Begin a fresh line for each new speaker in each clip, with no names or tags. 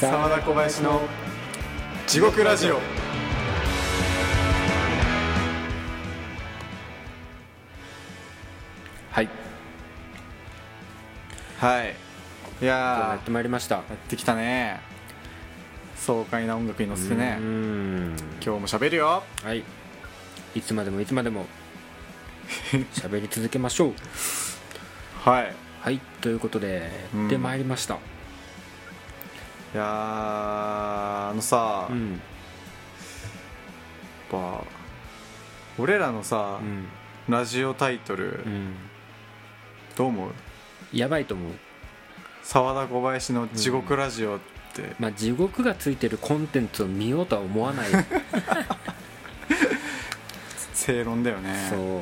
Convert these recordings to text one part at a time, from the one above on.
沢田小林の地獄ラジオ
はい
はいい
や
や
ってまいりました
ーやってきたね爽快な音楽に乗せてね
うーん
今日も喋るよ
はいいつまでもいつま でも喋り続けましょう
はい
はいということで
うん
やってまいりました
いやーあのさ、
う
やっ
ん
ぱ俺らのさ
う、ん
ラジオタイトル、
うん
どう思う
やばいと思う
沢田小林の地獄ラジオって、
まあ地獄がついてるコンテンツを見ようとは思わない
正論だよね
そう
いや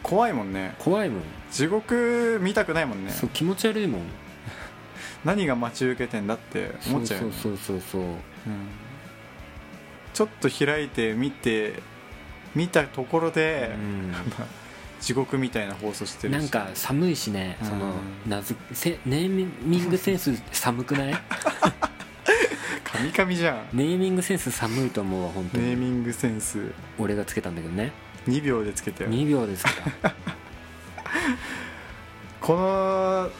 怖いもんね
怖いもん
地獄見たくないもんね
そう気持ち悪いもん
何が待ち受けてんだって思っちゃうよね
そうそうそうそう
うんちょっと開いて見て見たところで
う、ん
地獄みたいな放送してるし
なんか寒いしね
うん
その名付せネーミングセンス寒く ない
カミカミじゃん
ネーミングセンス寒いと思うわ本当
ネー
に
ミングセンス
俺がつけたんだけどね
2秒でつけてよ
2秒です か
この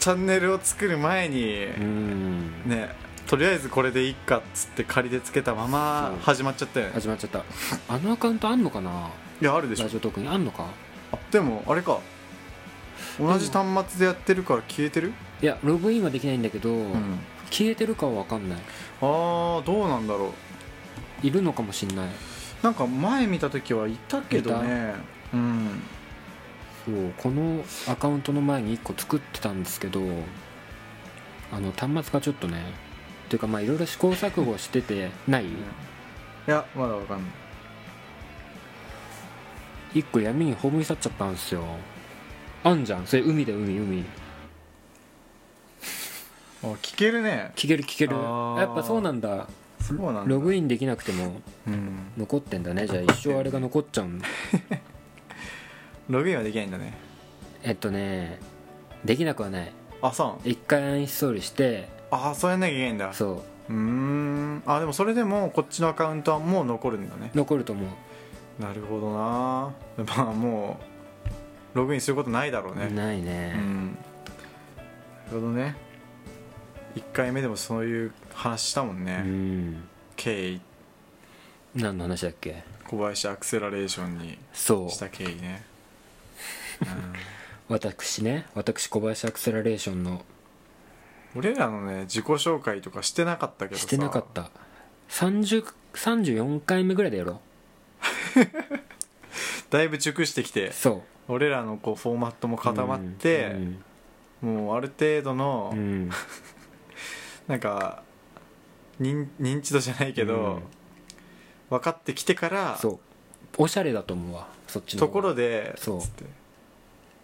チャンネルを作る前に、
うん
ねとりあえずこれでいっかっつって仮でつけたまま
そう
始まっちゃったよね
始まっちゃったあのアカウントあんのかない
やあるでしょ
ラジオトークにあんのか
あでもあれか同じ端末でやってるから消えてる
いやログインはできないんだけど、
うん
消えてるかは分かんない
ああどうなんだろう
いるのかもしんない
なんか前見た時はいたけどねうん
そうこのアカウントの前に1個作ってたんですけどあの端末がちょっとねっていうかまあいろいろ試行錯誤しててない
いやまだわかんない
1個闇に葬り去っちゃったんですよあんじゃんそれ海で海海
あ聞けるね
聞ける聞ける
あー
やっぱそうなんだ
そうなんだ
ログインできなくても
うん
残ってんだねじゃあ一生あれが残っちゃうん
ログインはできないんだね
えっとねできなくはない
あそう
一回アンインストールして
あそうやんなきゃいけないんだう
そ
ーんあでもそれでもこっちのアカウントはもう残るんだね
う残ると思う
なるほどなまあもうログインすることないだろうね
ないうね、
んなるほどね1回目でもそういう話したもん
う
ね
ん、
経緯
何の話だっけ
小林アクセラレーションに
そう
した経緯ね
私ね私小林アクセラレーションの
俺らのね自己紹介とかしてなかったけどさ
してなかった30 34回目ぐらいでやろ
だいぶ熟してき
う
て
そう
俺らのこうフォーマットも固まって、
うん
もうある程度の、
うん
なんか認認知度じゃないけど、
うん
分かってきてから
そうおしゃれだと思うわそっちの
ところ
で、
で
そう
つって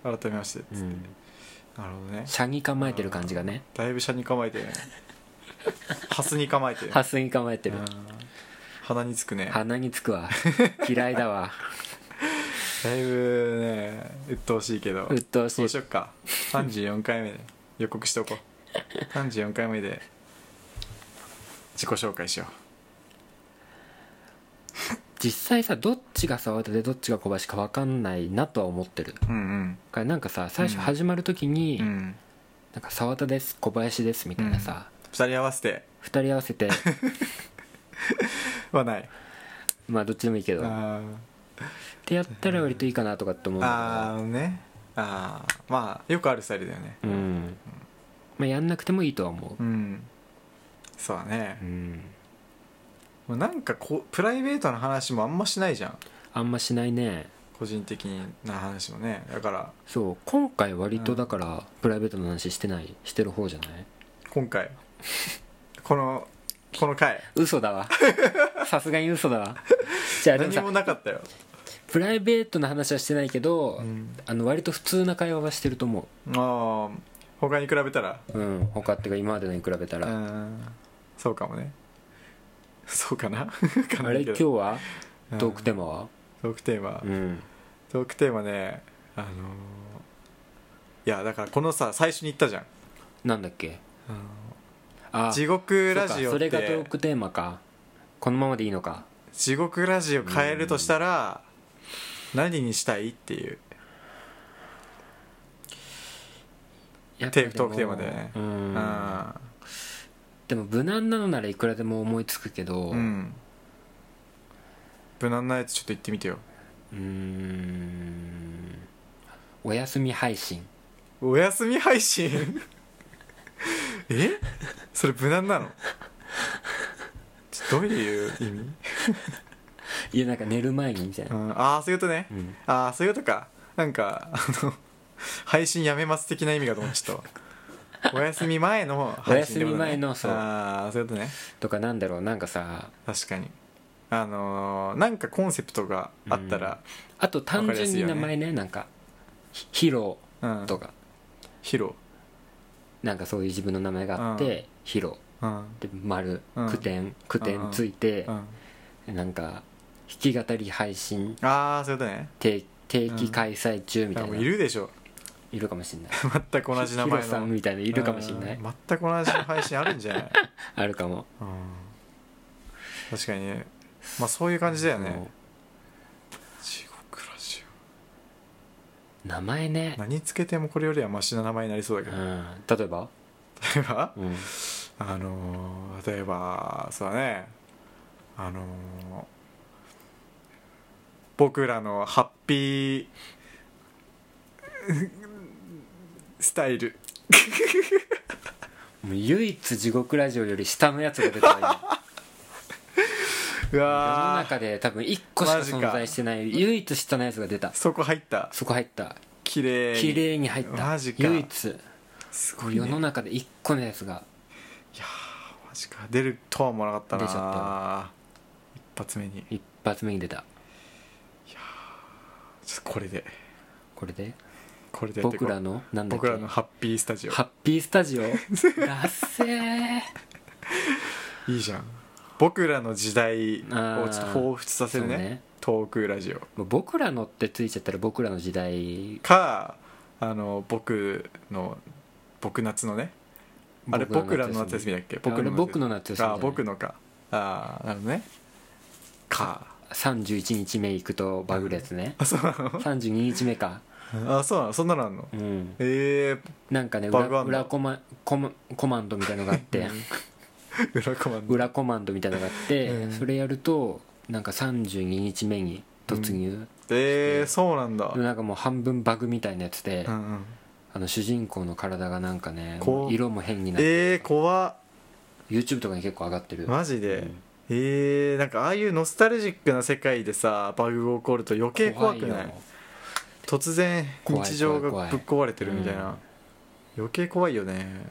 改めましてつって、
うん、
なるほどね
シャに構えてる感じがね
だいぶ車に構えてる ねハスに構えてるね
ハスに構えてる
うん鼻につくね
鼻につく わ嫌いだわ
だいぶね鬱陶しいけど
鬱陶しい
そうしよっか34回目で予告しとこう34回目で自己紹介しよ
実際さどっちが沢田でどっちが小林か分かんないなとは思ってるだ
ううん
からなんかさ最初始まる時に、
うんうん
なんか沢田です小林ですみたいなさ、
2人合わせて
二人合わせて
はない
まあどっちでもいいけどっ
あ
てやったら割といいかなとかって思うん
ー
だ
あーねああまあよくあるスタイルだよね
けどうんまあやんなくてもいいとは思
うん、そうだね
うう、ん
もうなんかこうプライベートな話もあんましないじゃん
あんましないね
個人的な話もねだから
そう今回割とだからプライベートの話してないしてる方じゃない
今 回このこの回
嘘だわさすがに嘘だわじゃあでも
何
さ
もなかったよ
プライベートな話はしてないけど、
ん
あの割と普通な会話はしてると思
ああ他に比べたら
ううん他っていうか今までのに比べた
う
ら、
んそうかもねそうかな
あれ今日は
うん
トークテーマは
トークテーマ、
うん
トークテーマねあのーいやだからこのさ最初に言ったじゃん、
なんだっけ
あのー
あ
地獄ラジ
そうか
オ
そ
っ
れがトー
て
クテーマかこのままでいいのか
地獄ラジオ変えるとしたら何にしたいっていう
やっぱ
テ
で
ー
も
プトークテーマだよね
う
うんん
でも無難なのならいくらでも思いつくけど
うん無難なやつちょっと言ってみてよ
うーんお休み配信
お休み配信 えそれ無難なのちょどういう意味、
いやなんか寝る前にみたいな、
うん、ああそういうことね、
うん
ああそういうことかなんかあの配信やめます的な意味かと思っちゃったわお休み前の配信ってこ
お休
とね
み前のそう
ああそういうことね
とかなんだろうなんかさ
確かにあのーなんかコンセプトがあったら、
あと単純に名前ねなんかひヒロ
うん
とか、
ヒロ、
なんかそういう自分の名前があって、ヒロ
うん
で丸
うん
句点句点ついて
う、ん、
なんか弾き語り配信
ああそういうことね
定定期開催中みた
あ
い
も
な、
うい
いる
るでしょ
かもしんない
全く 同じ名
ヒ
前
ロ
の
さんみたいないるかもしんない
うん全く同じ配信あるんじゃない、
あるかも
うん、確かにねまあそういう感じだよね地獄ラジ
名前ね
オ、何つけてもこれよりはマシな名前になりそうだ
う
けど、
ん、例えば、
例えば
うん、
あのー例えばそうだねあのー僕らのハッピースタイル
もう唯一地獄ラジオより下のやつが出た 今
う
世の
わー
中で多分1個しか
マジか
存在してない唯一下のやつが出た
そこ入った
そこ入った
綺麗に
綺麗に入った
マジか
唯一
すごい、ね、
世の中で1個のやつが
マジか出るとは思わなかったな
出ちゃ
一発目に
一発目に出た
ちょっとこれで
これで
これでやっていこ
僕
う
らのなんだっ
僕
け
らのハッピースタジ
ハ
オ
ッピースタジ オだっせー
いいじゃん僕らの時代をちょっと彷彿させるね
そうね
トークラジオ
もう僕らのってついちゃったら僕らの時代
かあの僕の僕夏のねあれ僕らの夏休みだっけ
あれ僕の夏休み
あ
だ
あ
ね
僕のかああなるほどねか
31日目行くとバグるやつね
あそうな
32日目か
のあそうなのそんなのあんの
うん
え
なんかね
バグ
裏
あんだ
裏コマコマコマンドみたいのがあって
えー、裏コマン ド
裏コマンドみたいのがあって、
うん
それやるとなんか32日目に突入、
ええー、そうなんだ
でもなんかもう半分バグみたいなやつで、
うんうん
あの主人公の体がなんかね
こう
もう色も変になって、
えー、怖っ
YouTube とかに結構上がってる
マジで、
うん
えー、なんかああいうノスタルジックな世界でさバグが起こると余計怖くない
よ
突然
怖い
日常が
怖い
ぶっ壊れてるみたいな
うん
余計怖いよね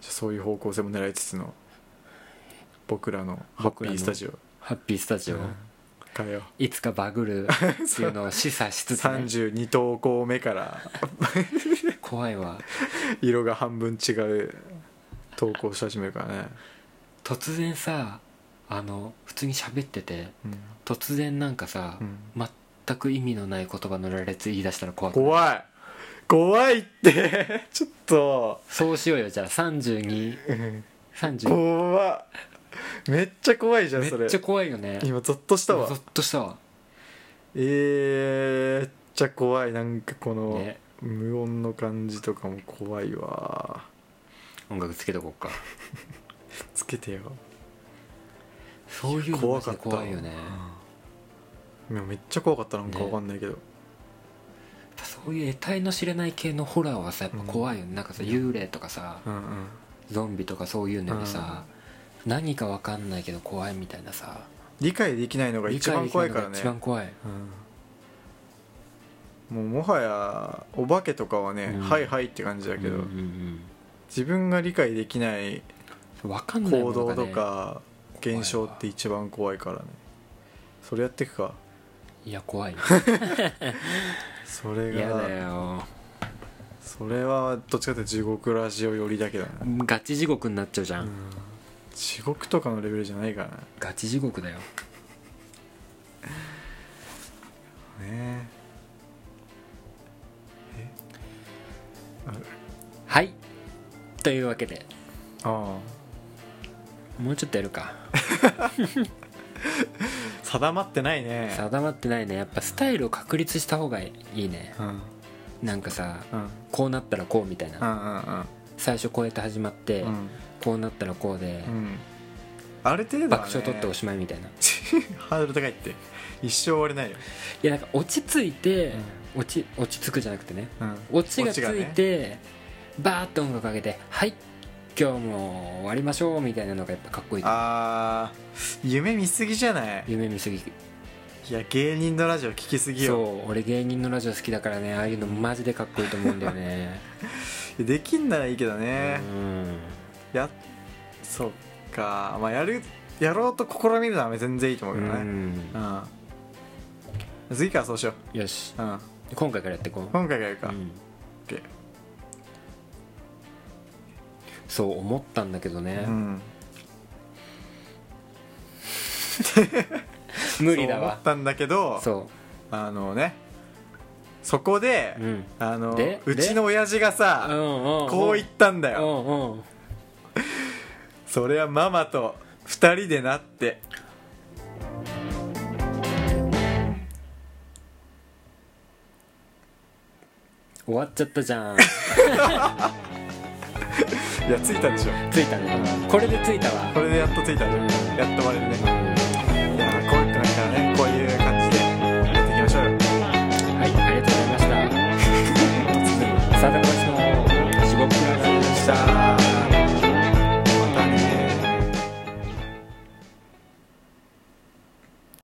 じゃあそういう方向性も狙いつつの僕らのハッ
僕
ピ
らの
ースタジオ
ハッピースタジオ、
うん変えよう
いつかバグ るっていうのを示唆しつつね、
32投稿目から
怖いわ
色が半分違う投稿し始めるからね、
突然さあの普通に喋ってて
うん
突然なんかさ、
うん
全く意味のない言葉の羅列言い出したら怖くない
怖い怖いって ちょっと
そうしようよじゃあ3230
怖っめっちゃ怖いじゃん
め
それ
っちゃ怖いよね
今ゾッとしたわ
ゾッとしたわ
えー、めっちゃ怖いなんかこの、
ね
無音の感じとかも怖いわ
音楽つけとこうか
つけてよ
そういうの
怖かった
怖いよね、
今めっちゃ怖かったなんかわかんないけど、
やっぱそういう得体の知れない系のホラーはさやっぱ怖いよね、なんかさ幽霊とかさ
うんうん
ゾンビとかそういうのよりさ、何か分かんないけど怖いみたいなさ
理解できないのが一番怖いから
理解で
ね
きないのが一番怖い
うん、もうもはやお化けとかはね、
うん
はいはいって感じだけど、
うんうん
自分が理解できない
うん分かんないも
行
のが、
動
ね、
とか現象って一番怖いからねそれやっていくか
いや 怖いよ
それ
嫌だ
が
よ
それはどっちかっていうと地獄ラジオ寄りだけどね
ガチ地獄になっちゃうじゃん、
地獄とかのレベルじゃないからね
ガチ地獄だよ
ねえ
はいというわけで
ああ
もうちょっとやるか
あ定まってないね
定まってないねやっぱスタイルを確立した方がいいね
うんうん
なんかさ
うん
こうなったらこうみたいな
うん
最初こうやって始まって、
うんうん
こうなったらこうで、
うんある程度はね
爆笑取っておしまいみたいない
ハードル高いって一生終われないよ
いやなんか落ち着いて、落ち落ち着くじゃなくてね
うん
落ちが
オ
つ
チがね
いて、バーッと音楽かけて「はい今日も終わりましょう」みたいなのがやっぱかっこいい
あー夢見すぎじゃない
夢見すぎ
いや芸人のラジオ聞きすぎ
そ
よ
う俺芸人のラジオ好きだからねああいうのマジでかっこいいと思うんだよね
できんならいいけど ね、
うん
やそっかまあやるやろうと試みるのは全然いいと思うけどね
う
うん、次からそうしよ
んよし
う、うん、
今回からやっていこう
今回がやるか、
う
OK
んそう思ったんだけどね、
うん、
無理だ
そう思
わ
ったんだけど
そ
あのねそこで、
ううん
あの
で
うちの親父が
う
さ
んうんうん
こう言ったんだ
う
よ
んうん
それはママと二人でなって
終わっちゃったじゃん
いやついたでしょ
ついたねこれでついたわ
これでやっとついたでしょ
うん
やっと割れるね